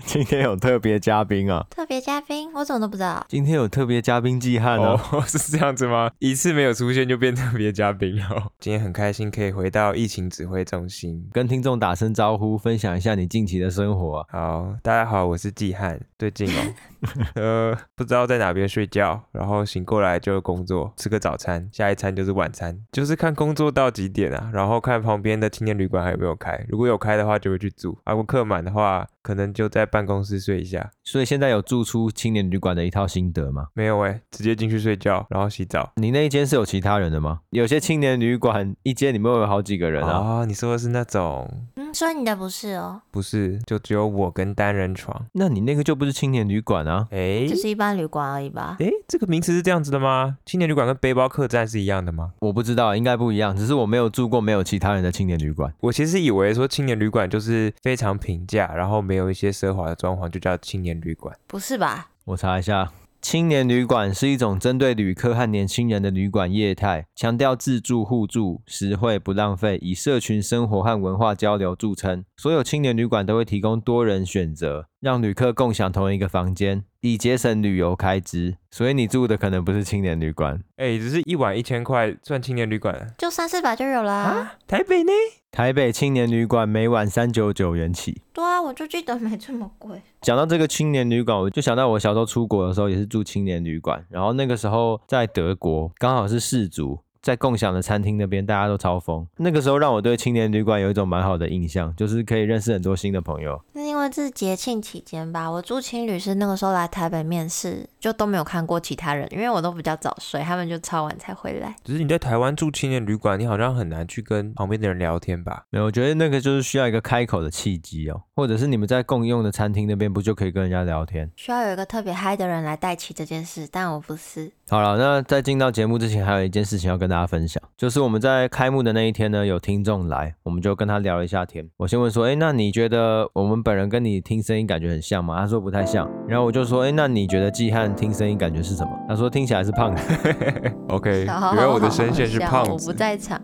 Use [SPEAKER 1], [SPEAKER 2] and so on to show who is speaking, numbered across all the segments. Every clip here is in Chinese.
[SPEAKER 1] 今天有特别嘉宾啊！
[SPEAKER 2] 特别嘉宾，我怎么都不知道。
[SPEAKER 1] 今天有特别嘉宾季汉哦，
[SPEAKER 3] 哦， 是这样子吗？一次没有出现就变特别嘉宾了。哦今天很开心可以回到疫情指挥中心。
[SPEAKER 1] 跟听众打声招呼，分享一下你近期的生活啊。
[SPEAKER 3] 好，大家好，我是季汉。最近哦，呃，不知道在哪边睡觉，然后醒过来就工作，吃个早餐，下一餐就是晚餐，就是看工作到几点啊，然后看旁边的青年旅馆还有没有开，如果有开的话就会去住，啊，如果客满的话，可能就在办公室睡一下。
[SPEAKER 1] 所以现在有住出青年旅馆的一套心得吗？
[SPEAKER 3] 没有哎、直接进去睡觉，然后洗澡。
[SPEAKER 1] 你那一间是有其他人的吗？有些青年旅馆一间里面会有好几个人啊。
[SPEAKER 3] 哦，你说的是那种
[SPEAKER 2] 嗯，所以你的不是哦，
[SPEAKER 3] 不是，就只有我跟单人床。
[SPEAKER 1] 那你那个就不是青年旅馆啊？
[SPEAKER 3] 诶。
[SPEAKER 2] 哎就是一般旅馆而已吧。
[SPEAKER 3] 诶，这个名词是这样子的吗？青年旅馆跟背包客栈是一样的吗？
[SPEAKER 1] 我不知道，应该不一样。只是我没有住过没有其他人的青年旅馆。
[SPEAKER 3] 我其实以为说青年旅馆就是非常平价，然后没有一些奢华的装潢，就叫青年旅馆。
[SPEAKER 2] 不是吧？
[SPEAKER 1] 我查一下，青年旅馆是一种针对旅客和年轻人的旅馆业态，强调自助互助、实惠不浪费，以社群生活和文化交流著称。所有青年旅馆都会提供多人选择，让旅客共享同一个房间，以节省旅游开支。所以你住的可能不是青年旅馆。
[SPEAKER 3] 诶，只是一晚一千块，算青年旅馆了
[SPEAKER 2] 就三四百就有啦、
[SPEAKER 3] 啊？台北呢？
[SPEAKER 1] 台北青年旅馆每晚三九九元起。
[SPEAKER 2] 对啊，我就记得没这么贵。
[SPEAKER 1] 讲到这个青年旅馆，我就想到我小时候出国的时候也是住青年旅馆，然后那个时候在德国，刚好是氏族。在共享的餐厅那边，大家都超疯。那个时候让我对青年旅馆有一种蛮好的印象，就是可以认识很多新的朋友。
[SPEAKER 2] 那因为这是节庆期间吧，我住青旅是那个时候来台北面试，就都没有看过其他人，因为我都比较早睡，他们就超晚才回来。
[SPEAKER 3] 只是你在台湾住青年旅馆，你好像很难去跟旁边的人聊天吧？
[SPEAKER 1] 没有，我觉得那个就是需要一个开口的契机哦，或者是你们在共用的餐厅那边不就可以跟人家聊天？
[SPEAKER 2] 需要有一个特别嗨的人来带起这件事，但我不是。
[SPEAKER 1] 好了，那在进到节目之前，还有一件事情要跟大家分享，就是我们在开幕的那一天呢，有听众来，我们就跟他聊了一下天。我先问说，哎，那你觉得我们本人跟你听声音感觉很像吗？他说不太像。然后我就说，哎，那你觉得季汉听声音感觉是什么？他说听起来是胖子。
[SPEAKER 3] OK，
[SPEAKER 2] 然后
[SPEAKER 3] 原来我的 声线是胖
[SPEAKER 2] 我不
[SPEAKER 3] 子。
[SPEAKER 2] 在场。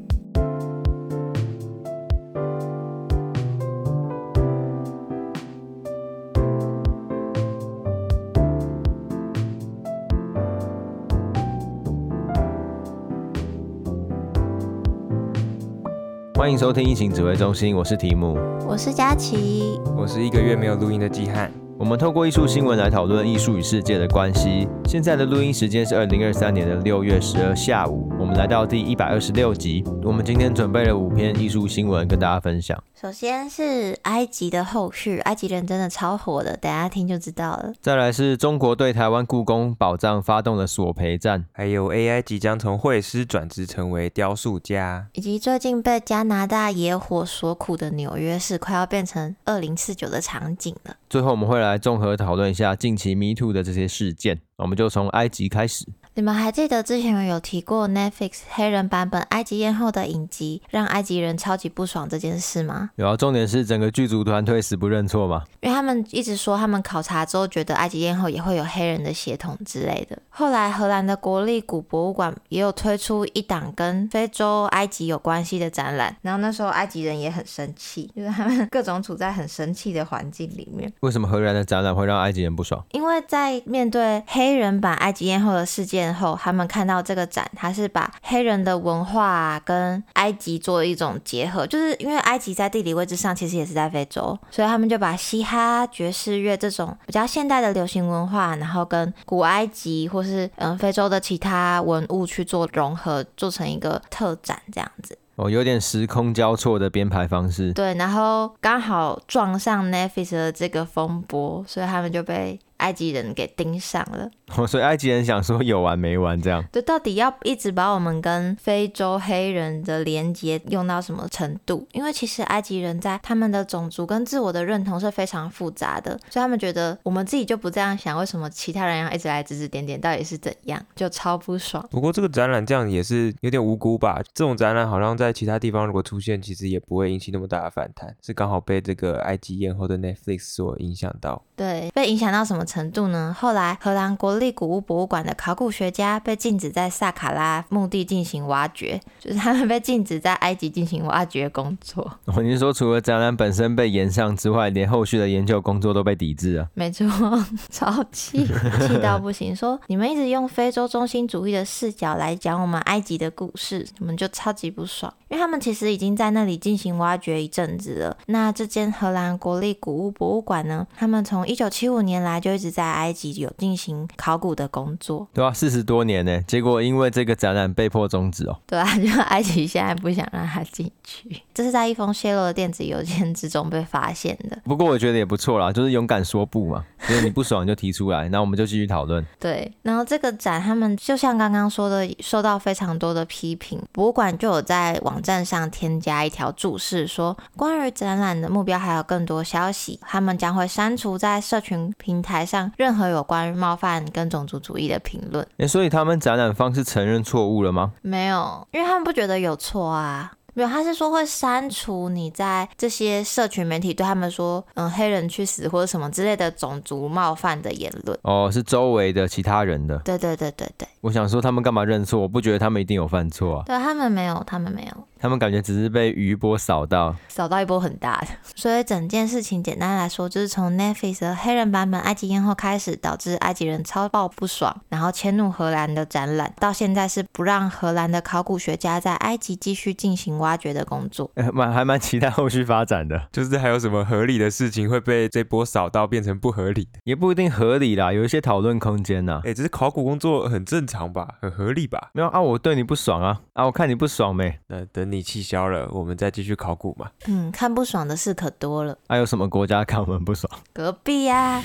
[SPEAKER 1] 欢迎收听疫情指挥中心，我是提姆。
[SPEAKER 2] 我是佳琪，
[SPEAKER 3] 我是一个月没有录音的季汉。
[SPEAKER 1] 我们透过艺术新闻来讨论艺术与世界的关系。现在的录音时间是二零二三年的六月十二下午，我们来到第一百二十六集。我们今天准备了五篇艺术新闻跟大家分享。
[SPEAKER 2] 首先是埃及的后续，埃及人真的超火的，等一下听就知道了。
[SPEAKER 1] 再来是中国对台湾故宫宝藏发动了索赔战。
[SPEAKER 3] 还有 AI 即将从绘师转职成为雕塑家。
[SPEAKER 2] 以及最近被加拿大野火所苦的纽约市，快要变成二零四九的场景了。
[SPEAKER 1] 最后我们会来综合讨论一下近期 Me Too 的这些事件。我们就从埃及开始。
[SPEAKER 2] 你们还记得之前有提过 Netflix 黑人版本《埃及艳后》的影集让埃及人超级不爽这件事吗？
[SPEAKER 1] 然后重点是整个剧组团队死不认错嘛。
[SPEAKER 2] 因为他们一直说他们考察之后觉得埃及艳后也会有黑人的血统之类的。后来荷兰的国立古博物馆也有推出一档跟非洲埃及有关系的展览，然后那时候埃及人也很生气，就是他们 各种处在很生气的环境里面。
[SPEAKER 1] 为什么荷兰的展览会让埃及人不爽？
[SPEAKER 2] 因为在面对黑人版埃及艳后的事件后，他们看到这个展，它是把黑人的文化、啊、跟埃及做一种结合，就是因为埃及在地理位置上其实也是在非洲，所以他们就把嘻哈、爵士乐这种比较现代的流行文化，然后跟古埃及或是嗯非洲的其他文物去做融合，做成一个特展这样子。
[SPEAKER 1] 哦，有点时空交错的编排方式。
[SPEAKER 2] 对，然后刚好撞上 Netflix 的这个风波，所以他们就被埃及人给盯上了。
[SPEAKER 1] 哦，所以埃及人想说有完没完这样。
[SPEAKER 2] 就到底要一直把我们跟非洲黑人的连接用到什么程度？因为其实埃及人在他们的种族跟自我的认同是非常复杂的，所以他们觉得我们自己就不这样想，为什么其他人要一直来指指点点？到底是怎样？就超不爽。
[SPEAKER 3] 不过这个展览这样也是有点无辜吧？这种展览好像在其他地方如果出现，其实也不会引起那么大的反弹，是刚好被这个埃及艳后的 Netflix 所影响到。
[SPEAKER 2] 对，被影响到什么程度呢？后来，荷兰国立古物博物馆的考古学家被禁止在萨卡拉墓地进行挖掘，就是他们被禁止在埃及进行挖掘工作。
[SPEAKER 1] 我您哦说，除了展览本身被延上之外，连后续的研究工作都被抵制啊？
[SPEAKER 2] 没错， 超气，气到不行，说你们一直用非洲中心主义的视角来讲我们埃及的故事，你们就超级不爽。因为他们其实已经在那里进行挖掘一阵子了。那这间荷兰国立古物博物馆呢，他们从一九七五年来就一直在埃及有进行考古的工作。
[SPEAKER 1] 对啊，四十多年呢，结果因为这个展览被迫终止哦。
[SPEAKER 2] 对啊，就埃及现在不想让他进去。这是在一封泄露的电子邮件之中被发现的。
[SPEAKER 1] 不过我觉得也不错啦，就是勇敢说不嘛，就是你不爽你就提出来，那我们就继续讨论。
[SPEAKER 2] 对，然后这个展他们就像刚刚说的，受到非常多的批评。博物馆就有在网站上添加一条注释说，关于展览的目标还有更多消息，他们将会删除在社群平台上任何有关于冒犯跟种族主义的评论。
[SPEAKER 1] 诶，欸所以他们展览方是承认错误了吗？
[SPEAKER 2] 没有，因为他们不觉得有错啊。没有，他是说会删除你在这些社群媒体对他们说，嗯，黑人去死或者什么之类的种族冒犯的言论。
[SPEAKER 1] 哦，是周围的其他人的。
[SPEAKER 2] 对对对对对，
[SPEAKER 1] 我想说他们干嘛认错？我不觉得他们一定有犯错啊，
[SPEAKER 2] 对他们没有，他们没有。
[SPEAKER 1] 他们感觉只是被余波扫到。
[SPEAKER 2] 扫到一波很大的。 所以整件事情简单来说，就是从 Netflix 的黑人版本《埃及艳后》开始，导致埃及人超爆不爽，然后迁怒荷兰的展览，到现在是不让荷兰的考古学家在埃及继续进行挖掘的工作。
[SPEAKER 1] 呃蛮还蛮期待后续发展的，
[SPEAKER 3] 就是还有什么合理的事情会被这波扫到变成不合理 的？
[SPEAKER 1] 也不一定合理啦，有一些讨论空间呐、
[SPEAKER 3] 哎，只是考古工作很正常吧，很合理吧？
[SPEAKER 1] 没有啊，我对你不爽啊，啊，我看你不爽没？
[SPEAKER 3] 那等你气消了，我们再继续考古嘛。
[SPEAKER 2] 嗯，看不爽的事可多了，
[SPEAKER 1] 啊，有什么国家看我们不爽？
[SPEAKER 2] 隔壁 呀、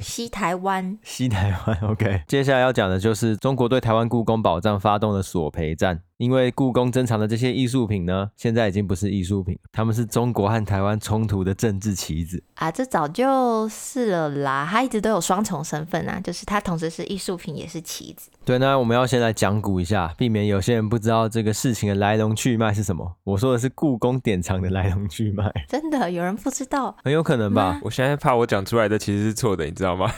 [SPEAKER 2] 西台湾。
[SPEAKER 1] 西台湾 ，OK。接下来要讲的就是中国对台湾故宫宝藏发动的索赔战，因为故宫珍藏的这些艺术品呢，现在已经不是艺术品，他们是中国和台湾冲突的政治棋子。
[SPEAKER 2] 啊，这早就是了啦，他一直都有双重身份啊，就是他同时是艺术品也是棋子。
[SPEAKER 1] 对，那我们要先来讲古一下，避免有些人不知道这个事情的来龙去脉是什么。我说的是故宫典藏的来龙去脉，
[SPEAKER 2] 真的有人不知道，
[SPEAKER 1] 很有可能吧？
[SPEAKER 3] 我现在怕我讲出来的其实是错的，你知道 吗？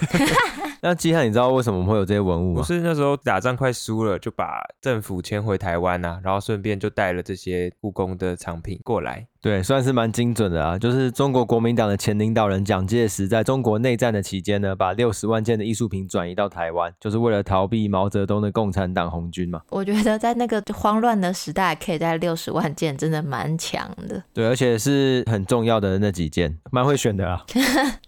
[SPEAKER 1] 那基汉，你知道为什么会有这些文物
[SPEAKER 3] 我
[SPEAKER 1] 吗？
[SPEAKER 3] 是那时候打仗快输了，就把政府迁回台湾呐、然后顺便就带了这些故宫的藏品过来。
[SPEAKER 1] 对，算是蛮精准的啊。就是中国国民党的前领导人蒋介石，在中国内战的期间呢，把六十万件的艺术品转移到台湾，就是为了逃避毛泽东的共产党红军嘛。
[SPEAKER 2] 我觉得在那个慌乱的时代，可以在六十万件，真的蛮强的，
[SPEAKER 1] 对，而且是很重要的那几件，蛮会选的啊。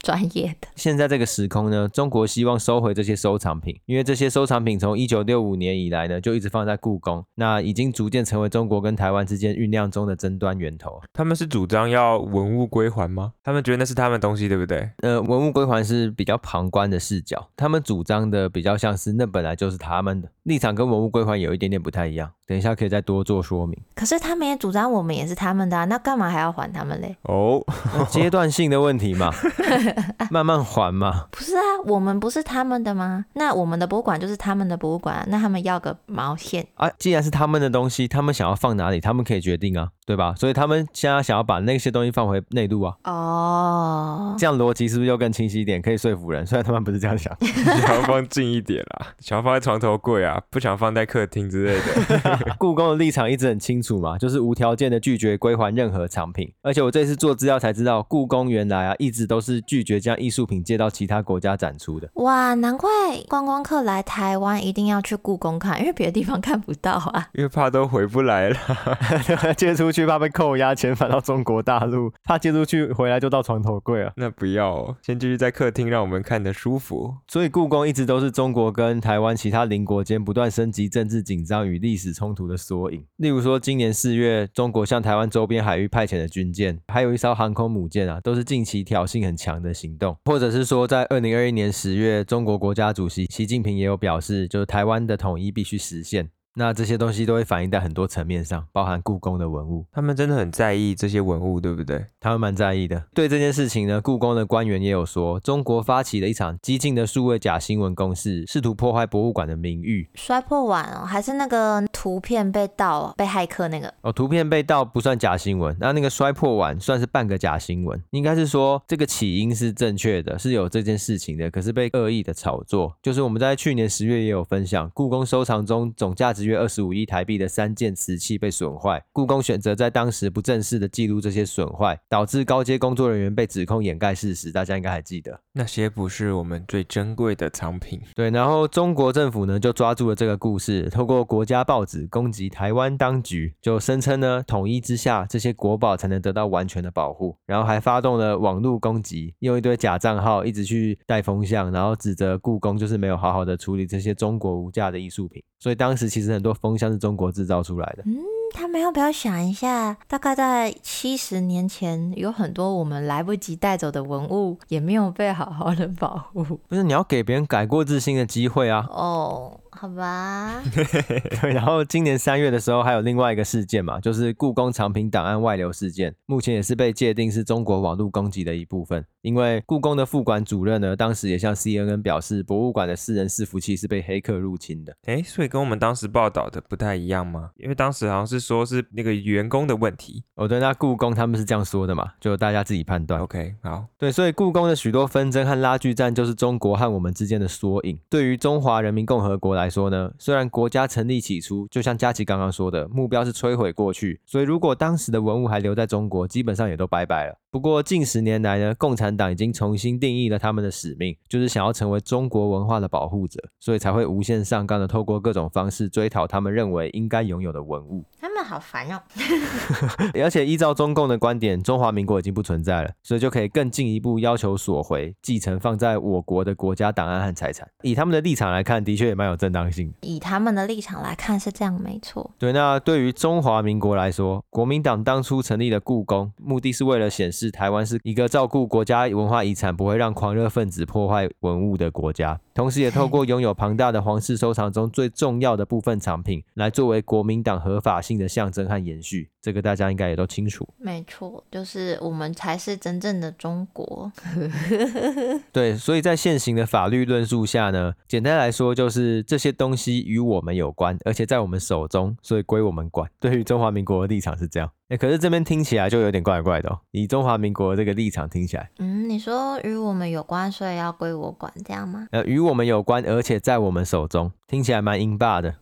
[SPEAKER 2] 专业的。
[SPEAKER 1] 现在这个时空呢，中国希望收回这些收藏品，因为这些收藏品从一九六五年以来呢，就一直放在故宫，那已经逐渐成为中国跟台湾之间酝酿中的争端源头。
[SPEAKER 3] 他们是主张要文物归还吗？他们觉得那是他们东西，对不对？
[SPEAKER 1] 呃，文物归还是比较旁观的视角，他们主张的比较像是那本来就是他们的立场，跟文物归还有一点点不太一样。等一下可以再多做说明。
[SPEAKER 2] 可是他们也主张我们也是他们的、啊，那干嘛还要还他们嘞？
[SPEAKER 3] 哦，
[SPEAKER 1] 那阶段性的问题嘛，慢慢还嘛。
[SPEAKER 2] 不是啊，我们不是他们的吗？那我们的博物馆就是他们的博物馆啊、那他们要个毛线？
[SPEAKER 1] 啊，既然是他们的东西，他们想要放哪里，他们可以决定啊，对吧？所以他们现在想要把那些东西放回内陆啊，
[SPEAKER 2] 哦，
[SPEAKER 1] 这样逻辑是不是就更清晰一点，可以说服人？虽然 他们不是这样想。
[SPEAKER 3] 想要放近一点啦，想要放在床头柜啊，不想放在客厅之类的。
[SPEAKER 1] 故宫的立场一直很清楚嘛，就是无条件的拒绝归还任何藏品。而且我这次做资料才知道，故宫原来啊一直都是拒绝将艺术品借到其他国家展出的。
[SPEAKER 2] 哇，难怪观光客来台湾一定要去故宫看，因为别的地方看不到啊。
[SPEAKER 3] 因为怕都回不来了，
[SPEAKER 1] 借出去怕被扣押，遣返到中国大陆；怕借出去回来就到床头柜了。啊
[SPEAKER 3] 那不要、哦，先继续在客厅，让我们看得舒服。
[SPEAKER 1] 所以故宫一直都是中国跟台湾其他邻国间不断升级政治紧张与历史冲突的缩影。例如说，今年四月，中国向台湾周边海域派遣的军舰，还有一艘航空母舰啊，都是近期挑衅很强的行动。或者是说，在二零二一年十月，中国国家主席习近平也有表示，就是台湾的统一必须实现。那这些东西都会反映在很多层面上，包含故宫的文物，
[SPEAKER 3] 他们真的很在意这些文物，对不对？
[SPEAKER 1] 他们蛮在意的。对这件事情呢，故宫的官员也有说，中国发起了一场激进的数位假新闻攻势，试图破坏博物馆的名誉。
[SPEAKER 2] 摔破碗哦，还是那个图片被盗被骇客那个？
[SPEAKER 1] 哦，图片被盗不算假新闻，那那个摔破碗算是半个假新闻。应该是说这个起因是正确的，是有这件事情的，可是被恶意的炒作。就是我们在去年十月也有分享，故宫收藏中总价值约二十五亿台币的三件瓷器被损坏，故宫选择在当时不正式的记录这些损坏，导致高阶工作人员被指控掩盖事实，大家应该还记得。
[SPEAKER 3] 那些不是我们最珍贵的藏品。
[SPEAKER 1] 对，然后中国政府呢就抓住了这个故事，透过国家报纸攻击台湾当局，就声称呢统一之下这些国宝才能得到完全的保护，然后还发动了网络攻击，用一堆假账号一直去带风向，然后指责故宫就是没有好好的处理这些中国无价的艺术品，所以当时其实很多风向是中国制造出来的。
[SPEAKER 2] 他们要不要想一下，大概在七十年前，有很多我们来不及带走的文物，也没有被好好的保护。
[SPEAKER 1] 不是你要给别人改过自新的机会啊，
[SPEAKER 2] 哦，好吧，
[SPEAKER 1] 对，然后今年三月的时候，还有另外一个事件嘛，就是故宫藏品档案外流事件，目前也是被界定是中国网络攻击的一部分。因为故宫的副馆主任呢，当时也向 CNN 表示，博物馆的私人伺服器是被黑客入侵的。
[SPEAKER 3] 哎，所以跟我们当时报道的不太一样吗？因为当时好像是说是那个员工的问题。啊
[SPEAKER 1] 哦，对，那故宫他们是这样说的嘛，就大家自己判断。
[SPEAKER 3] OK，好，
[SPEAKER 1] 对，所以故宫的许多纷争和拉锯战，就是中国和我们之间的缩影。对于中华人民共和国来说呢，虽然国家成立起初，就像佳琪刚刚说的，目标是摧毁过去，所以如果当时的文物还留在中国，基本上也都拜拜了。不过近十年来呢，共产党已经重新定义了他们的使命，就是想要成为中国文化的保护者，所以才会无限上纲的透过各种方式追讨他们认为应该拥有的文物。
[SPEAKER 2] 他们好烦哦。
[SPEAKER 1] 而且依照中共的观点，中华民国已经不存在了，所以就可以更进一步要求索回继承放在我国的国家档案和财产。以他们的立场来看，的确也蛮有正当性的。
[SPEAKER 2] 以他们的立场来看是这样，没错。
[SPEAKER 1] 对，那对于中华民国来说，国民党当初成立了故宫，目的是为了显示台湾是一个照顾国家文化遗产，不会让狂热分子破坏文物的国家，同时也透过拥有庞大的皇室收藏中最重要的部分藏品，来作为国民党合法性的象征和延续。这个大家应该也都清楚。
[SPEAKER 2] 没错，就是我们才是真正的中国。
[SPEAKER 1] 对，所以在现行的法律论述下呢，简单来说就是这些东西与我们有关，而且在我们手中，所以归我们管。对于中华民国的立场是这样。哎，可是这边听起来就有点怪怪的哦。以中华民国的这个立场听起来，
[SPEAKER 2] 嗯，你说与我们有关，所以要归我管，这样吗？
[SPEAKER 1] 呃，与我们有关，而且在我们手中，听起来蛮英霸的。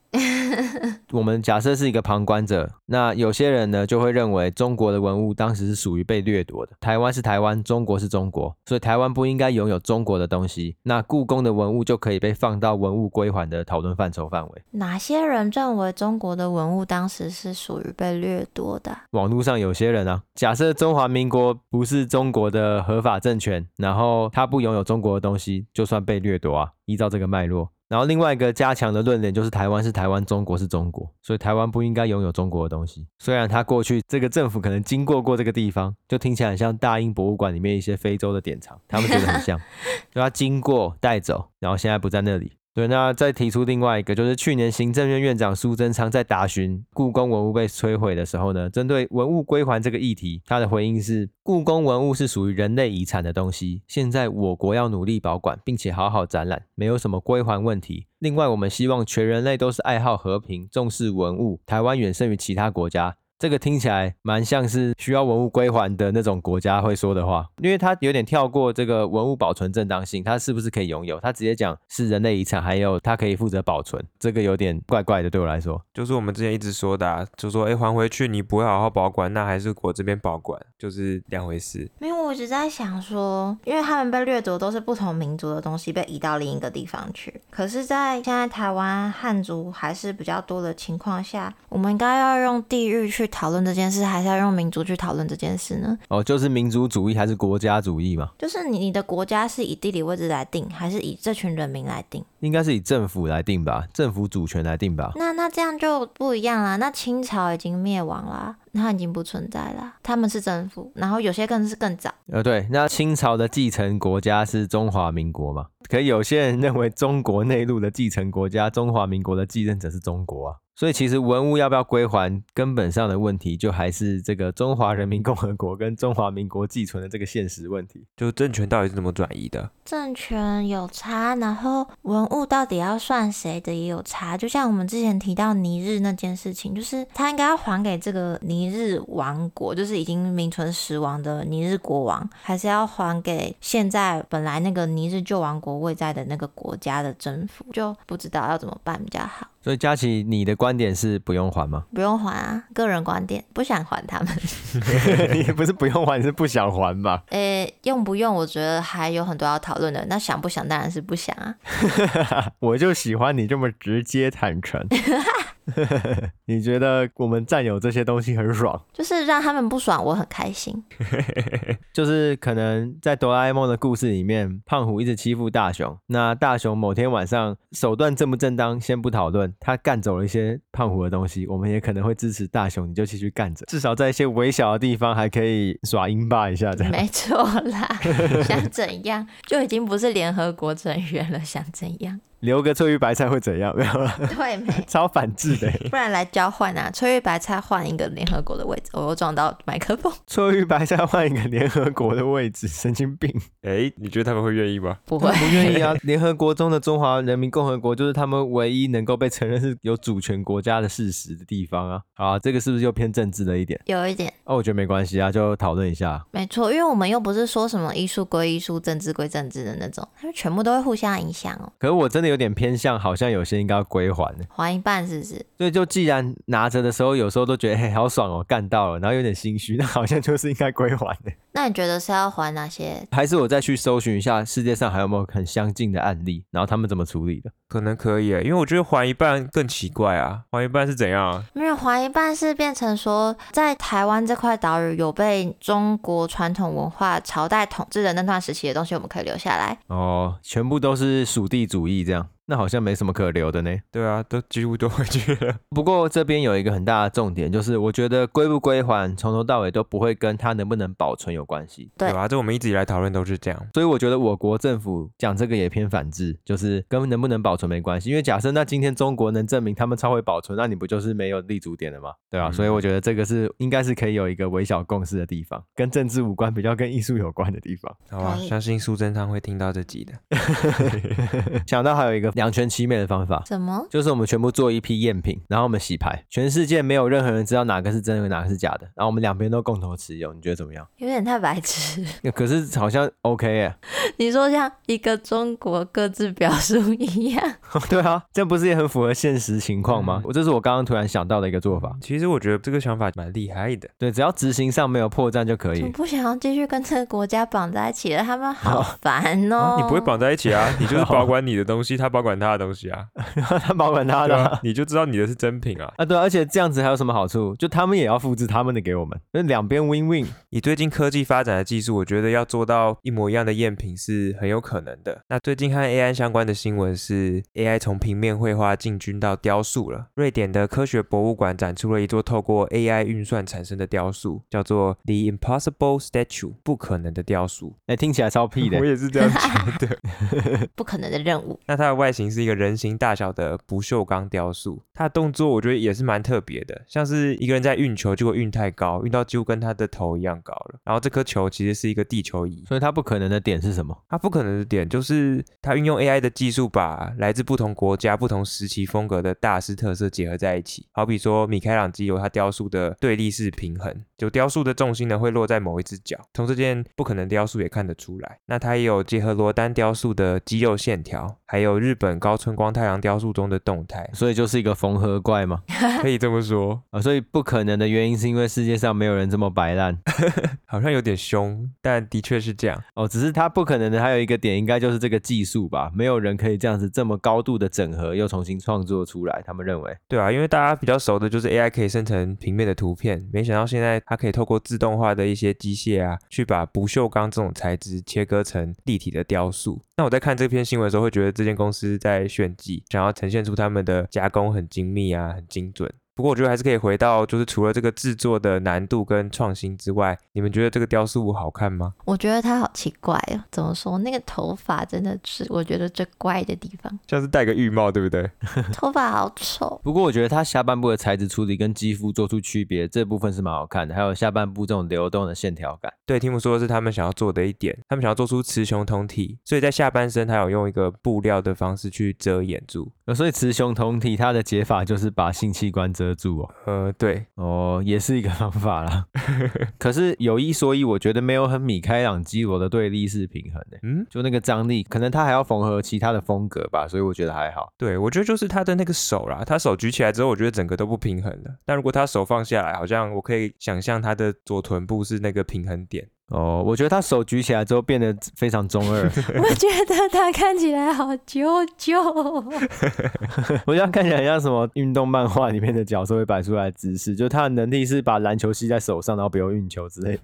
[SPEAKER 1] 我们假设是一个旁观者，那有些人呢就会认为中国的文物当时是属于被掠夺的，台湾是台湾，中国是中国，所以台湾不应该拥有中国的东西。那故宫的文物就可以被放到文物归还的讨论范畴范围。
[SPEAKER 2] 哪些人认为中国的文物当时是属于被掠夺的？
[SPEAKER 1] 网络上有些人啊，假设中华民国不是中国的合法政权，然后他不拥有中国的东西，就算被掠夺啊。依照这个脉络，然后另外一个加强的论点就是台湾是台湾，中国是中国，所以台湾不应该拥有中国的东西。虽然他过去这个政府可能经过过这个地方，就听起来很像大英博物馆里面一些非洲的典藏，他们觉得很像，就他经过带走，然后现在不在那里。对，那再提出另外一个，就是去年行政院院长苏贞昌在答询故宫文物被摧毁的时候呢，针对文物归还这个议题，他的回应是：故宫文物是属于人类遗产的东西，现在我国要努力保管，并且好好展览，没有什么归还问题。另外，我们希望全人类都是爱好和平、重视文物，台湾远胜于其他国家。这个听起来蛮像是需要文物归还的那种国家会说的话，因为它有点跳过这个文物保存正当性，它是不是可以拥有？它直接讲是人类遗产，还有它可以负责保存，这个有点怪怪的，对我来说。
[SPEAKER 3] 就是我们之前一直说的、啊，就说哎还回去你不会好好保管，那还是我这边保管，就是两回事。
[SPEAKER 2] 没有，我一直在想说，因为他们被掠夺都是不同民族的东西被移到另一个地方去，可是，在现在台湾汉族还是比较多的情况下，我们应该要用地域去讨论这件事，还是要用民族去讨论这件事呢？
[SPEAKER 1] 哦，就是民族主义还是国家主义嘛？
[SPEAKER 2] 就是你你的国家是以地理位置来定，还是以这群人民来定？
[SPEAKER 1] 应该是以政府来定吧，政府主权来定吧。
[SPEAKER 2] 那那这样就不一样啦。那清朝已经灭亡啦，它已经不存在啦，他们是政府，然后有些更是更早。
[SPEAKER 1] 呃，对，那清朝的继承国家是中华民国嘛？可有些人认为中国内陆的继承国家中华民国的继任者是中国啊，所以其实文物要不要归还，根本上的问题就还是这个中华人民共和国跟中华民国寄存的这个现实问题。
[SPEAKER 3] 就政权到底是怎么转移的？
[SPEAKER 2] 政权有差，然后文物到底要算谁的也有差。就像我们之前提到尼日那件事情，就是他应该要还给这个尼日王国，就是已经名存实亡的尼日国王，还是要还给现在本来那个尼日旧王国位在的那个国家的政府？就不知道要怎么办比较好。
[SPEAKER 1] 所以佳琪，你的观点是不用还吗？
[SPEAKER 2] 不用还啊，个人观点，不想还他们。
[SPEAKER 1] 你也不是不用还，你是不想还吧？
[SPEAKER 2] 诶、用不用？我觉得还有很多要讨论的。那想不想？当然是不想啊。
[SPEAKER 1] 我就喜欢你这么直接坦诚。 你觉得我们占有这些东西很爽？
[SPEAKER 2] 就是让他们不爽，我很开心。
[SPEAKER 1] 就是可能在哆啦 A 梦的故事里面，胖虎一直欺负大雄。那大雄某天晚上手段正不正当先不讨论，他干走了一些胖虎的东西，我们也可能会支持大雄，你就继续干着，至少在一些微小的地方还可以耍英霸一下这样。
[SPEAKER 2] 没错啦，想怎样 就已经不是联合国成员了，想怎样？
[SPEAKER 1] 留个翠玉白菜会怎样？没有啦，
[SPEAKER 2] 对没？
[SPEAKER 1] 超反制的。
[SPEAKER 2] 不然来交换啊！翠玉白菜换一个联合国的位置，我又撞到麦克风，
[SPEAKER 1] 翠玉白菜换一个联合国的位置，神经病！
[SPEAKER 3] 哎，你觉得他们会愿意吗？
[SPEAKER 2] 不
[SPEAKER 1] 我
[SPEAKER 2] 会
[SPEAKER 1] 不愿意 啊！联合国中的中华人民共和国就是他们唯一能够被承认是有主权国家的事实的地方啊！啊，这个是不是又偏政治了一点？
[SPEAKER 2] 有一点
[SPEAKER 1] 哦，我觉得没关系啊，就讨论一下。
[SPEAKER 2] 没错，因为我们又不是说什么艺术归艺术，政治归政治的那种，他们全部都会互相影响哦。
[SPEAKER 1] 可是我真的有点偏向，好像有些应该要归还的，
[SPEAKER 2] 还一半是不是？
[SPEAKER 1] 所以就既然拿着的时候，有时候都觉得嘿好爽哦，干到了，然后有点心虚，那好像就是应该归还的。
[SPEAKER 2] 那你觉得是要还哪些？
[SPEAKER 1] 还是我再去搜寻一下世界上还有没有很相近的案例，然后他们怎么处理的？
[SPEAKER 3] 可能可以耶，啊因为我觉得还一半更奇怪啊，还一半是怎样啊？
[SPEAKER 2] 没有，还一半是变成说，在台湾这块岛屿有被中国传统文化朝代统治的那段时期的东西，我们可以留下来。
[SPEAKER 1] 哦，全部都是属地主义这样，那好像没什么可留的呢。
[SPEAKER 3] 对啊，都几乎都回去了。
[SPEAKER 1] 不过这边有一个很大的重点，就是我觉得归不归还，从头到尾都不会跟它能不能保存有关系。
[SPEAKER 2] 对
[SPEAKER 3] 对啊，这我们一直以来讨论都是这样。
[SPEAKER 1] 所以我觉得我国政府讲这个也偏反制，就是跟能不能保存没关系。因为假设那今天中国能证明他们超会保存，那你不就是没有立足点了吗？对吧、
[SPEAKER 3] 嗯
[SPEAKER 1] 所以我觉得这个是应该是可以有一个微小共识的地方，跟政治无关，比较跟艺术有关的地方。
[SPEAKER 3] 好吧
[SPEAKER 2] 同，意
[SPEAKER 3] 相信苏贞昌会听到这集的。
[SPEAKER 1] 想到还有一个两全其美的方法。
[SPEAKER 2] 怎么？
[SPEAKER 1] 就是我们全部做一批赝品，然后我们洗牌，全世界没有任何人知道哪个是真的，哪个是假的，然后我们两边都共同持有，你觉得怎么样？
[SPEAKER 2] 有点太白痴。
[SPEAKER 1] 可是好像 OK 耶，
[SPEAKER 2] 你说像一个中国各自表述一样，
[SPEAKER 1] 对啊，这不是也很符合现实情况吗？我这是我刚刚突然想到的一个做法，
[SPEAKER 3] 其实我觉得这个想法蛮厉害的。
[SPEAKER 1] 对，只要执行上没有破绽就可
[SPEAKER 2] 我
[SPEAKER 1] 以。
[SPEAKER 2] 不想要继续跟这个国家绑在一起了，他们好烦哦、
[SPEAKER 3] 啊，你不会绑在一起啊，你 就是保管你的东西，他保管他的东西啊，
[SPEAKER 1] 他保管他
[SPEAKER 3] 对
[SPEAKER 1] 的
[SPEAKER 3] 啊
[SPEAKER 1] 啊。，
[SPEAKER 3] 你就知道你的是真品啊。
[SPEAKER 1] 啊对啊而且这样子还有什么好处？就他们也要复制他们的给我们，那两边 win win。
[SPEAKER 3] 以最近科技发展的技术，我觉得要做到一模一样的赝品是很有可能的。那最近和 AI 相关的新闻是，AI 从平面绘画进军到雕塑了。瑞典的科学博物馆展出了一座透过 AI 运算产生的雕塑，叫做 The Impossible Statue，不可能的雕塑。
[SPEAKER 1] 哎、听起来超屁的
[SPEAKER 3] 我，也是这样觉得。
[SPEAKER 2] 不可能的任务，
[SPEAKER 3] 那它的外形是一个人形大小的不锈钢雕塑，它的动作我觉得也是蛮特别的，像是一个人在运球，结果运太高，运到几乎跟他的头一样高了。然后这颗球其实是一个地球仪，
[SPEAKER 1] 所以他不可能的点是什么？
[SPEAKER 3] 它不可能的点就是它运用 AI 的技术，把来自不同国家、不同时期风格的大师特色结合在一起。好比说，米开朗基罗他雕塑的对立式平衡，就雕塑的重心呢会落在某一只脚，从这件不可能雕塑也看得出来。那它也有结合罗丹雕塑的肌肉线条，还有日本高村光太郎雕塑中的
[SPEAKER 1] ，
[SPEAKER 3] 动态
[SPEAKER 1] 所以就是一个缝合怪嘛。
[SPEAKER 3] 可以这么说，
[SPEAKER 1] 啊，所以不可能的原因是因为世界上没有人这么白烂。
[SPEAKER 3] 好像有点凶，但的确是这样。
[SPEAKER 1] 哦，只是它不可能的，还有一个点应该就是这个技术吧，没有人可以这样子这么高度的整合又重新创作出来。他们认为，
[SPEAKER 3] 对啊，因为大家比较熟的就是 AI 可以生成平面的图片，没想到现在它可以透过自动化的一些机械啊，去把不锈钢这种材质切割成立体的雕塑。那我在看这篇新闻的时候，会觉得这间公司在炫技，想要呈现出他们的加工很精密啊，很精准。不过我觉得还是可以回到，就是除了这个制作的难度跟创新之外，你们觉得这个雕塑物好看吗？
[SPEAKER 2] 我觉得他好奇怪哦，怎么说？那个头发真的是我觉得最怪的地 方，
[SPEAKER 3] 像是戴个浴帽，对不对？
[SPEAKER 2] 头发好丑。
[SPEAKER 1] 不过我觉得它下半部的材质处理跟肌肤做出区别，这部分是蛮好看的，还有下半部这种流动的线条感。
[SPEAKER 3] 对，听我说的是他们想要做的一点，他们想要做出雌雄同体，所以在下半身他有用一个布料的方式去遮掩住。
[SPEAKER 1] 呃所以雌雄同体它的解法就是把性器官遮住哦，
[SPEAKER 3] 呃，对，
[SPEAKER 1] 哦，也是一个方法啦。可是有一说一，我觉得没有很米开朗基罗的对立式平衡诶，
[SPEAKER 3] 嗯，
[SPEAKER 1] 就那个张力，可能他还要缝合其他的风格吧，所以我觉得还好。
[SPEAKER 3] 对，我觉得就是他的那个手啦，他手举起来之后，我觉得整个都不平衡了。但如果他手放下来，好像我可以想象他的左臀部是那个平衡点。
[SPEAKER 1] 哦，我觉得他手举起来之后变得非常中二，
[SPEAKER 2] 我觉得他看起来好啾 啾，
[SPEAKER 1] 我这样看起来很像什么运动漫画里面的角色会摆出来的姿势，就他的能力是把篮球吸在手上，然后不用运球之类的，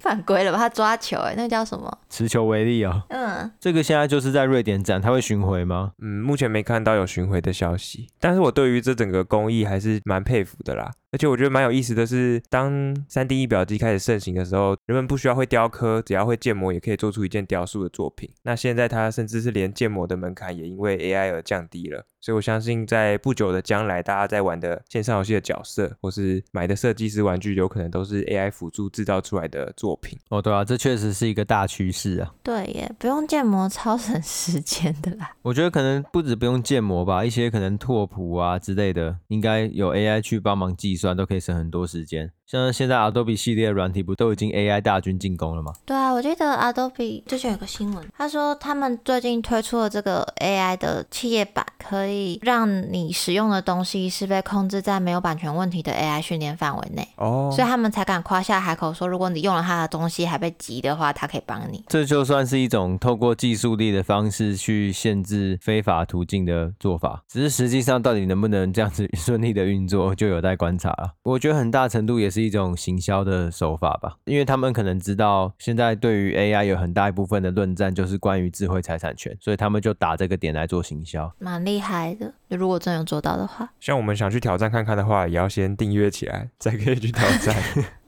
[SPEAKER 2] 犯规了吧？他抓球、哎，那个叫什么？
[SPEAKER 1] 持球为例哦。
[SPEAKER 2] 嗯，
[SPEAKER 1] 这个现在就是在瑞典展，它会巡回吗？
[SPEAKER 3] 嗯，目前没看到有巡回的消息，但是我对于这整个工艺还是蛮佩服的啦。而且我觉得蛮有意思的是，当 3D 仪表机开始盛行的时候，人们不需要会雕刻，只要会建模也可以做出一件雕塑的作品。那现在它甚至是连建模的门槛也因为 AI 而降低了。所以我相信，在不久的将来，大家在玩的线上游戏的角色，或是买的设计师玩具，有可能都是 AI 辅助制造出来的作品。
[SPEAKER 1] 哦，对啊，这确实是一个大趋势啊。
[SPEAKER 2] 对耶，不用建模超省时间的啦。
[SPEAKER 1] 我觉得可能不止不用建模吧，一些可能拓扑啊之类的，应该有 AI 去帮忙计算，都可以省很多时间。像现在 Adobe 系列的软体不都已经 AI 大军进攻了吗？
[SPEAKER 2] 对啊，我记得 Adobe 最近有个新闻，他说他们最近推出了这个 AI 的企业版，可以让你使用的东西是被控制在没有版权问题的 AI 训练范围内，
[SPEAKER 3] 哦
[SPEAKER 2] 所以他们才敢夸下海口说，如果你用了他的东西还被急的话，他可以帮你。
[SPEAKER 1] 这就算是一种透过技术力的方式去限制非法途径的做法，只是实际上到底能不能这样子顺利的运作，就有待观察了。我觉得很大程度也是一种行销的手法吧，因为他们可能知道现在对于 AI 有很大一部分的论战就是关于智慧财产权，所以他们就打这个点来做行销。
[SPEAKER 2] 蛮厉害的，如果真有做到的话。
[SPEAKER 3] 像我们想去挑战看看的话，也要先订阅起来，才可以去挑战。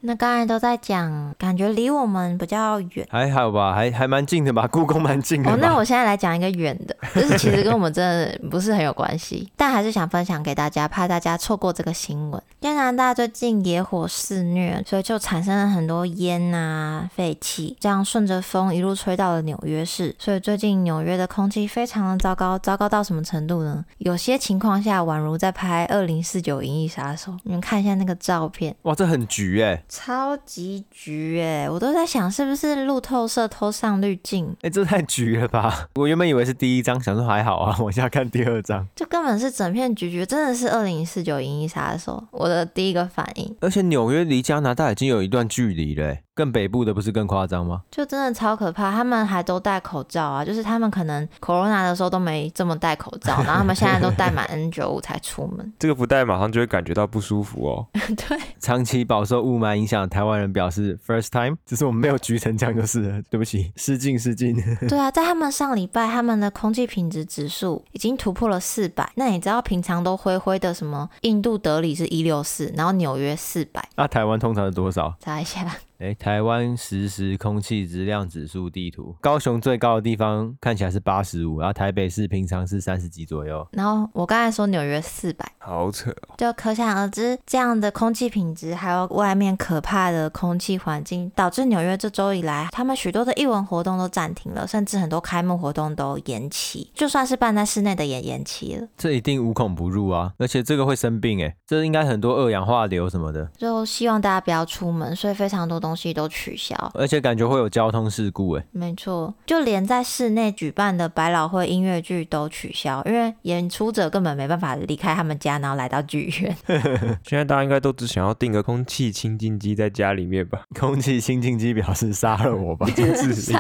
[SPEAKER 2] 那刚才都在讲，感觉离我们比较远。
[SPEAKER 1] 还好吧，还还蛮近的吧，故宫蛮 近的吧。
[SPEAKER 2] 哦，那我现在来讲一个远的， 就是其实跟我们真的不是很有关系， 但还是想分享给大家，怕大家错过这个新闻。加拿大最近野火肆虐，所以就产生了很多烟啊、废气，这样顺着风一路吹到了纽约市。所以最近纽约的空气非常的糟糕，糟糕到什么程度呢？有些情况下宛如在拍《二零四九银翼杀手》，你们看一下那个照片，
[SPEAKER 1] 哇，这很橘哎、欸，
[SPEAKER 2] 超级橘哎、我都在想是不是路透社偷上滤镜，
[SPEAKER 1] 哎、这太橘了吧！我原本以为是第一张，想说还好啊，往下看第二张。
[SPEAKER 2] 就根本是整片橘橘，真的是二零四九银翼杀手，我的第一个反应
[SPEAKER 1] 而且纽约离加拿大已经有一段距离了欸，更北部的不是更夸张吗？
[SPEAKER 2] 就真的超可怕。他们还都戴口罩啊，就是他们可能 corona 的时候都没这么戴口罩，然后他们现在都戴满 N 九五才出门。
[SPEAKER 3] 这个不戴，马上就会感觉到不舒服哦。
[SPEAKER 2] 对，
[SPEAKER 1] 长期饱受雾霾影响，台湾人表示 first time，只是我们没有橘成这样就是了， 对不起，失敬失敬。
[SPEAKER 2] 对啊，在他们上礼拜，他们的空气品质指数已经突破了四百。那你知道平常都灰灰的什么？印度德里是一六四，然后纽约四百。
[SPEAKER 1] 那、台湾通常是多少？
[SPEAKER 2] 查一下，
[SPEAKER 1] 哎，台湾实时空气质量指数地图，高雄最高的地方看起来是八十五，然后台北市平常是三十几左右。
[SPEAKER 2] 然后我刚才说纽约四百，
[SPEAKER 3] 好扯哦，
[SPEAKER 2] 就可想而知，这样的空气品质，还有外面可怕的空气环境，导致纽约这周以来，他们许多的艺文活动都暂停了，甚至很多开幕活动都延期，就算是办在室内的也延期了。
[SPEAKER 1] 这一定无孔不入啊！而且这个会生病哎，这应该很多二氧化硫什么的，
[SPEAKER 2] 就希望大家不要出门，所以非常多东西都取消。
[SPEAKER 1] 而且感觉会有交通事故哎。
[SPEAKER 2] 没错，就连在室内举办的百老汇音乐剧都取消，因为演出者根本没办法离开他们家，然后来到剧院。
[SPEAKER 3] 现在大家应该都只想要订个空气清净机在家里面吧？
[SPEAKER 1] 空气清净机表示杀了我吧，
[SPEAKER 3] 自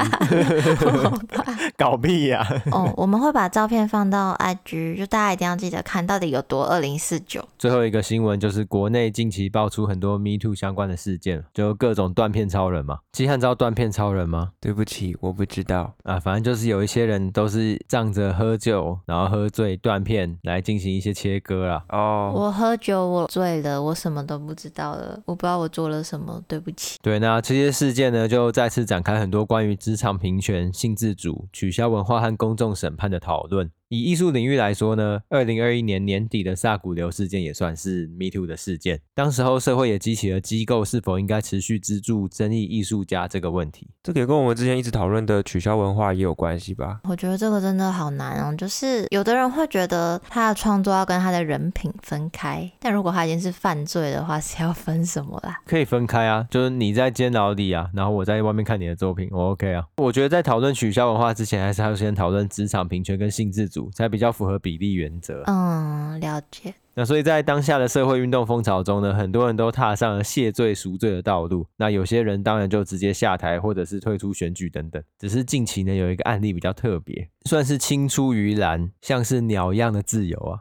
[SPEAKER 1] 搞屁呀、
[SPEAKER 2] 哦，我们会把照片放到 IG，就大家一定要记得看到底有多二零四九。
[SPEAKER 1] 最后一个新闻就是国内近期爆出很多 Me Too 相关的事件，就各种断片超人吗？基汉知道断片超人吗？
[SPEAKER 3] 对不起，我不知道。
[SPEAKER 1] 啊，反正就是有一些人都是仗着喝酒，然后喝醉断片来进行一些切割啦。
[SPEAKER 3] 哦，
[SPEAKER 2] 我喝酒，我醉了，我什么都不知道了，我不知道我做了什么，对不起。
[SPEAKER 1] 对，那这些事件呢，就再次展开很多关于职场平权、性自主、取消文化和公众审判的讨论。以艺术领域来说呢，二零二一年年底的萨古流事件也算是 Me Too 的事件。当时候社会也激起了机构是否应该持续资助争议艺术家这个问题。
[SPEAKER 3] 这个也跟我们之前一直讨论的取消文化也有关系吧？
[SPEAKER 2] 我觉得这个真的好难哦，就是有的人会觉得他的创作要跟他的人品分开，但如果他已经是犯罪的话， 是要分什么啦？
[SPEAKER 1] 可以分开啊，就是你在监牢里啊，然后我在外面看你的作品，我 OK 啊。我觉得在讨论取消文化之前，还是要先讨论职场平权跟性自主，才比较符合比例原则。
[SPEAKER 2] 嗯，了解。
[SPEAKER 1] 那所以在当下的社会运动风潮中呢，很多人都踏上了谢罪赎罪的道路。那有些人当然就直接下台，或者是退出选举等等。只是近期呢，有一个案例比较特别，算是青出于蓝，像是鸟一样的自由啊。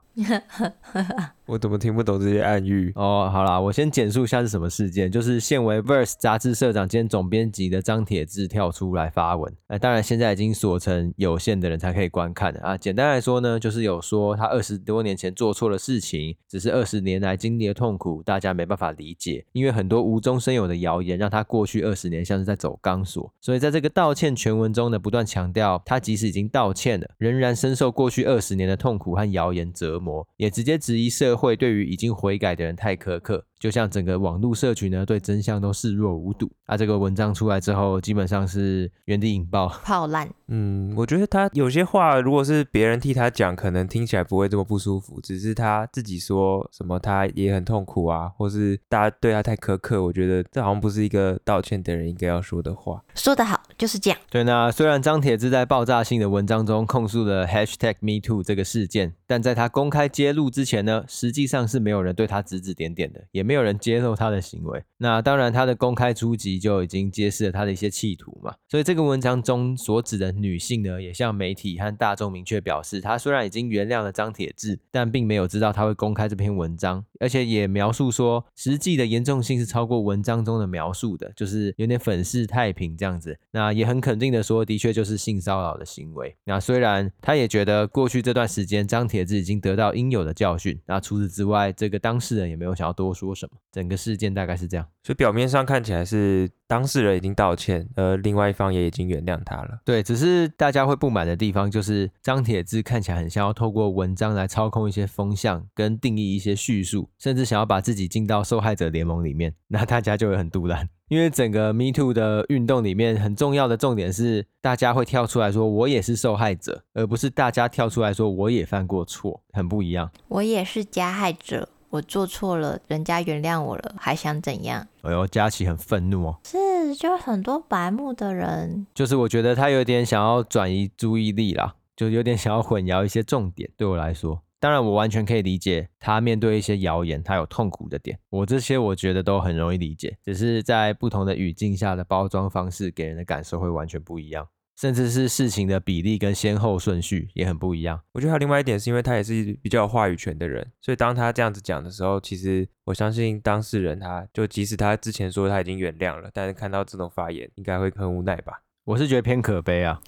[SPEAKER 3] 我怎么听不懂这些暗喻？
[SPEAKER 1] 哦，好啦，我先简述一下是什么事件，就是现为《Verse》杂志社长兼总编辑的张铁志跳出来发文。那、当然，现在已经锁成有限的人才可以观看了啊。简单来说呢，就是有说他二十多年前做错了事情，只是二十年来经历的痛苦，大家没办法理解，因为很多无中生有的谣言让他过去二十年像是在走钢索。所以在这个道歉全文中呢，不断强调他即使已经道歉了，仍然深受过去二十年的痛苦和谣言折磨，也直接质疑社会对于已经悔改的人太苛刻。就像整个网络社群呢，对真相都视若无睹。啊，这个文章出来之后，基本上是原地引爆。
[SPEAKER 2] 泡烂，
[SPEAKER 3] 嗯，我觉得他有些话，如果是别人替他讲，可能听起来不会这么不舒服。只是他自己说什么，他也很痛苦啊，或是大家对他太苛刻，我觉得这好像不是一个道歉的人应该要说的话。
[SPEAKER 2] 说得好，就是这样。
[SPEAKER 1] 对，那虽然张铁志在爆炸性的文章中控诉了 hashtag #MeToo 这个事件，但在他公开揭露之前呢，实际上是没有人对他指指点点的，也没有人揭露他的行为。那当然，他的公开出击就已经揭示了他的一些企图嘛。所以这个文章中所指的女性呢，也向媒体和大众明确表示，她虽然已经原谅了张铁志，但并没有知道他会公开这篇文章，而且也描述说实际的严重性是超过文章中的描述的，就是有点粉饰太平这样子。那也很肯定的说，的确就是性骚扰的行为。那虽然他也觉得过去这段时间张铁志已经得到应有的教训，那除此之外，这个当事人也没有想要多说什么。整个事件大概是这样。
[SPEAKER 3] 所以表面上看起来是当事人已经道歉，而另外一方也已经原谅他了。
[SPEAKER 1] 对，只是大家会不满的地方就是张铁志看起来很像要透过文章来操控一些风向，跟定义一些叙述，甚至想要把自己进到受害者联盟里面， 那大家就会很杜然。因为整个 Me Too 的运动里面，很重要的重点是，大家会跳出来说我也是受害者，而不是大家跳出来说我也犯过错，很不一样。
[SPEAKER 2] 我也是加害者，我做错了，人家原谅我了，还想怎样？
[SPEAKER 1] 哎呦，佳琪很愤怒哦，
[SPEAKER 2] 是，就很多白目的人，
[SPEAKER 1] 就是我觉得他有点想要转移注意力啦，就有点想要混淆一些重点。对我来说，当然我完全可以理解他面对一些谣言，他有痛苦的点，我这些我觉得都很容易理解，只是在不同的语境下的包装方式给人的感受会完全不一样，甚至是事情的比例跟先后顺序也很不一样。
[SPEAKER 3] 我觉得还有另外一点是因为他也是比较有话语权的人，所以当他这样子讲的时候，其实我相信当事人他就即使他之前说他已经原谅了，但是看到这种发言，应该会很无奈吧。
[SPEAKER 1] 我是觉得偏可悲啊，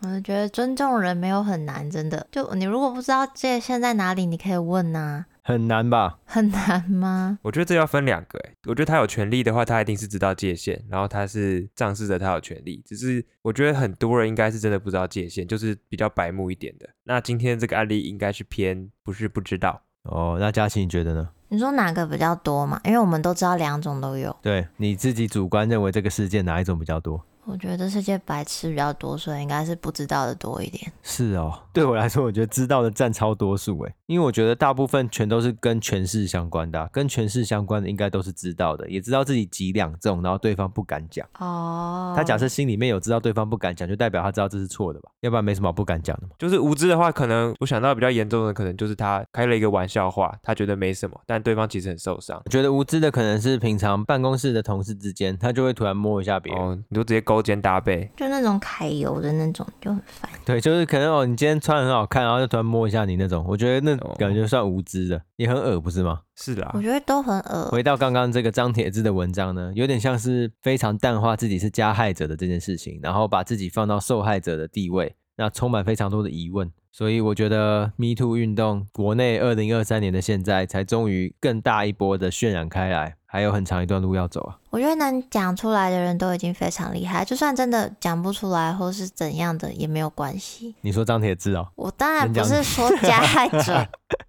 [SPEAKER 2] 我就觉得尊重人没有很难，真的。就你如果不知道界限在哪里，你可以问啊呐、
[SPEAKER 1] 很难吧？
[SPEAKER 2] 很难吗？
[SPEAKER 3] 我觉得这要分两个、欸，我觉得他有权利的话，他一定是知道界限，然后他是仗势着他有权利，只是我觉得很多人应该是真的不知道界限，就是比较白目一点的。那今天这个案例应该是偏不是不知道，
[SPEAKER 1] 哦，那佳琪你觉得呢？
[SPEAKER 2] 你说哪个比较多嘛？因为我们都知道两种都有。
[SPEAKER 1] 对你自己主观认为这个事件哪一种比较多？
[SPEAKER 2] 我觉得世界白痴比较多，所以应该是不知道的多一点。
[SPEAKER 1] 是哦，对我来说，我觉得知道的占超多数诶，因为我觉得大部分全都是跟权势相关的啊、跟权势相关的应该都是知道的，也知道自己几两重，然后对方不敢讲。
[SPEAKER 2] 哦
[SPEAKER 1] 他假设心里面有知道对方不敢讲，就代表他知道这是错的吧，要不然没什么好不敢讲的嘛。
[SPEAKER 3] 就是无知的话，可能我想到比较严重的，可能就是他开了一个玩笑话，他觉得没什么，但对方其实很受伤。
[SPEAKER 1] 我觉得无知的可能是平常办公室的同事之间，他就会突然摸一下别人。
[SPEAKER 3] 哦，你就直接勾肩搭背。
[SPEAKER 2] 就那种揩油的那种就很烦。
[SPEAKER 1] 对，就是可能哦，你今天穿很好看，然后就突然摸一下你那种，我觉得那
[SPEAKER 3] 哦
[SPEAKER 1] 感觉算无知的，也很恶，不是吗？
[SPEAKER 3] 是啦
[SPEAKER 2] 我，觉得都很恶，
[SPEAKER 1] 回到刚刚这个张铁志的文章呢，有点像是非常淡化自己是加害者的这件事情，然后把自己放到受害者的地位，那充满非常多的疑问。所以我觉得 Me Too 运动国内二零二三年的现在才终于更大一波的渲染开来，还有很长一段路要走啊。
[SPEAKER 2] 我觉得能讲出来的人都已经非常厉害，就算真的讲不出来或是怎样的也没有关系。
[SPEAKER 1] 你说张铁志哦，
[SPEAKER 2] 我当然
[SPEAKER 1] 能
[SPEAKER 2] 不
[SPEAKER 1] 讲
[SPEAKER 2] 是说加害者，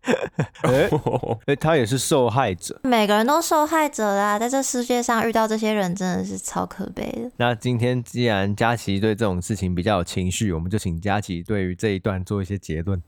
[SPEAKER 1] 诶 诶他也是受害者。
[SPEAKER 2] 每个人都受害者啦，在这世界上遇到这些人真的是超可悲的。
[SPEAKER 1] 那今天既然佳琪对这种事情比较有情绪，我们就请佳琪对于这一段做一些结论。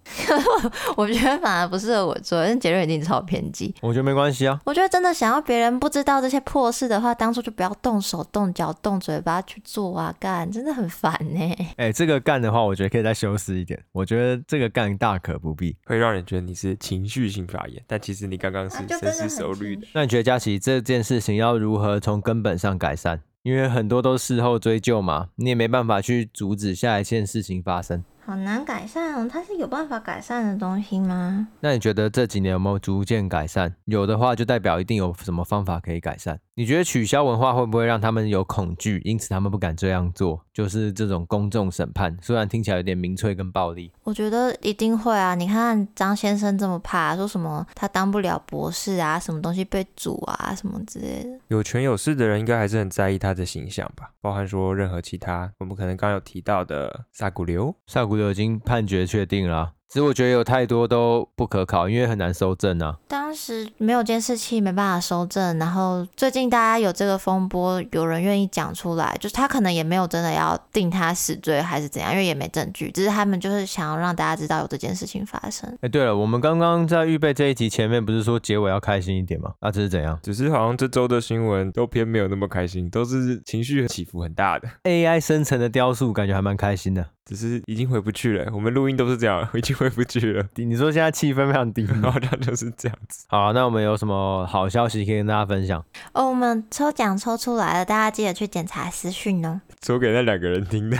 [SPEAKER 2] 我觉得反而不适合我做，因为结论一定超偏激。
[SPEAKER 1] 我觉得没关系啊，
[SPEAKER 2] 我觉得真的想要别人不知道这些破事的话，当初就不要动手动脚动嘴巴去做啊！干，真的很烦欸呢、
[SPEAKER 1] 哎、这个干的话，我觉得可以再修饰一点。我觉得这个干大可不必。
[SPEAKER 3] 会让人觉得你是情绪性发言，但其实你刚刚是
[SPEAKER 2] 啊就真
[SPEAKER 3] 深
[SPEAKER 2] 的
[SPEAKER 3] 思熟虑
[SPEAKER 2] 很
[SPEAKER 3] 的。
[SPEAKER 1] 那你觉得佳琪这件事情要如何从根本上改善？因为很多都事后追究嘛，你也没办法去阻止下一件事情发生。
[SPEAKER 2] 好难改善哦，它是有办法改善的东西吗？
[SPEAKER 1] 那你觉得这几年有没有逐渐改善？有的话，就代表一定有什么方法可以改善。你觉得取消文化会不会让他们有恐惧，因此他们不敢这样做？就是这种公众审判，虽然听起来有点民粹跟暴力，
[SPEAKER 2] 我觉得一定会啊！你看张先生这么怕，说什么他当不了博士啊，什么东西被煮啊，什么之类的。
[SPEAKER 3] 有权有势的人应该还是很在意他的形象吧，包含说任何其他我们可能刚刚有提到的萨古流。
[SPEAKER 1] 萨古德已经判决确定了啊、只是我觉得有太多都不可考，因为很难搜证啊。
[SPEAKER 2] 当时没有监视器，没办法收证。然后最近大家有这个风波，有人愿意讲出来，就是他可能也没有真的要定他死罪还是怎样，因为也没证据，只是他们就是想要让大家知道有这件事情发生。
[SPEAKER 1] 哎，对了，我们刚刚在预备这一集前面不是说结尾要开心一点吗？啊，这是怎样
[SPEAKER 3] 只是好像这周的新闻都偏没有那么开心，都是情绪起伏很大的。
[SPEAKER 1] ？AI 生成的雕塑感觉还蛮开心的。
[SPEAKER 3] 只是已经回不去了，我们录音都是这样，已经回不去了，
[SPEAKER 1] 你你说现在气氛非常低
[SPEAKER 3] 好 像就是这样子。
[SPEAKER 1] 好啊，那我们有什么好消息可以跟大家分享？
[SPEAKER 2] 哦，我们抽奖抽出来了，大家记得去检查私 讯哦。
[SPEAKER 3] 说给那两个人听的，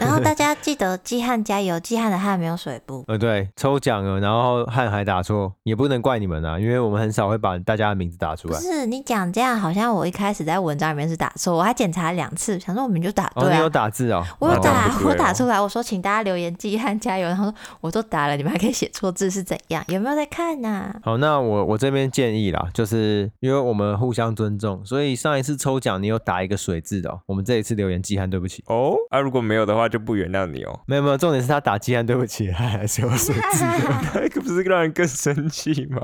[SPEAKER 2] 然后大家记得季汉加油，季汉的汗没有水不？
[SPEAKER 1] 呃，对，抽奖了，然后汉还打错，也不能怪你们啊，因为我们很少会把大家的名字打出
[SPEAKER 2] 不
[SPEAKER 1] 来。
[SPEAKER 2] 是你讲这样，好像我一开始在文章里面是打错，我还检查了两次，想说我们就打
[SPEAKER 1] 哦，
[SPEAKER 2] 对
[SPEAKER 1] 你
[SPEAKER 2] 啊。
[SPEAKER 1] 有打字哦，
[SPEAKER 2] 我有
[SPEAKER 3] 那这样
[SPEAKER 2] 打，
[SPEAKER 3] 不对
[SPEAKER 2] 我
[SPEAKER 3] 哦
[SPEAKER 2] 打出来，我说请大家留言记和加油，然后说我都打了，你们还可以写错字是怎样？有没有在看呐、
[SPEAKER 1] 好，那我我这边建议啦，就是因为我们互相尊重，所以上一次抽奖你有打一个水字的、哦，我们这一次留言季汉对不起。
[SPEAKER 3] 哦，啊，如果没有的话就不原谅你 哦，
[SPEAKER 1] 没有没有，重点是他打季汉对不起， 他还是有 水字。
[SPEAKER 3] 那个不是让人更生气吗？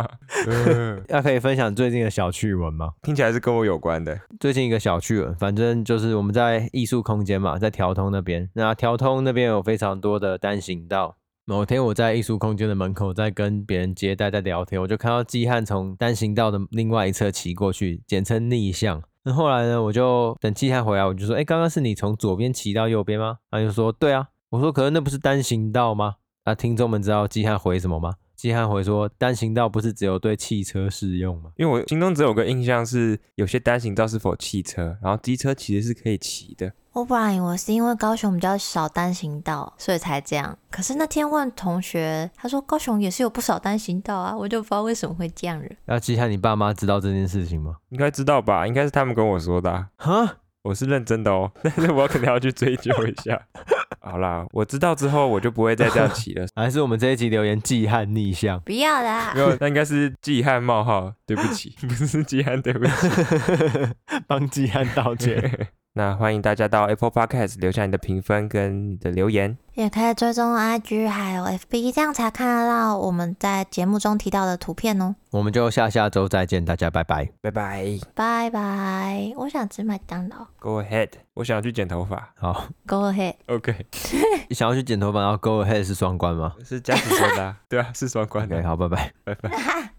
[SPEAKER 3] 嗯，
[SPEAKER 1] 那可以分享最近的小趣闻吗？
[SPEAKER 3] 听起来是跟我有关的。
[SPEAKER 1] 最近一个小趣闻，反正就是我们在艺术空间嘛，在调通那边。那调通那边有非常多的单行道。某天我在艺术空间的门口在跟别人接待，在聊天，我就看到季汉从单行道的另外一侧骑过去，简称逆向。那后来呢，我就等季汉回来，我就说：“哎、刚刚是你从左边骑到右边吗？”他就说：“对啊。”我说：“可是那不是单行道吗？”那听众们知道季汉回什么吗？季汉回说：“单行道不是只有对汽车适用吗？”
[SPEAKER 3] 因为我心中只有个印象是，有些单行道是否汽车，然后机车其实是可以骑的。
[SPEAKER 2] 我本来以为是因为高雄比较少单行道，所以才这样。可是那天问同学，他说高雄也是有不少单行道啊，我就不知道为什么会这样了。
[SPEAKER 1] 那季汉，你爸妈知道这件事情吗？
[SPEAKER 3] 应该知道吧？应该是他们跟我说的啊、
[SPEAKER 1] 哈，
[SPEAKER 3] 我是认真的哦。 但是我可能要去追究一 下。好啦，我知道之后我就不会再这样骑 了。
[SPEAKER 1] 还是我们这一集留言季汉逆向？
[SPEAKER 2] 不要啦
[SPEAKER 3] 没，有，那应该是季汉冒号，对不起， 不是季汉，对不起。
[SPEAKER 1] 帮季汉道歉。
[SPEAKER 3] 那欢迎大家到 Apple Podcast 留下你的评分跟你的留言。
[SPEAKER 2] 也可以追踪 IG 还有 FB，这样才看得到我们在节目中提到的图片哦。
[SPEAKER 1] 我们就下下周再见，大家拜拜。
[SPEAKER 3] 拜拜
[SPEAKER 2] 拜拜，我想吃麦当劳。
[SPEAKER 3] ，Go ahead，我想去剪头发。
[SPEAKER 1] 好，
[SPEAKER 2] Go ahead，
[SPEAKER 3] OK，
[SPEAKER 1] 想要去剪头发，然后 go ahead 是双关吗
[SPEAKER 3] 是佳琪说的啊、对啊，是双关的
[SPEAKER 1] ？OK，。好，拜拜。
[SPEAKER 2] 哈哈